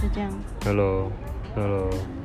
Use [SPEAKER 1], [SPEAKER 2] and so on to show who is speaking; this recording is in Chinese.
[SPEAKER 1] 就这样。
[SPEAKER 2] Hello，Hello。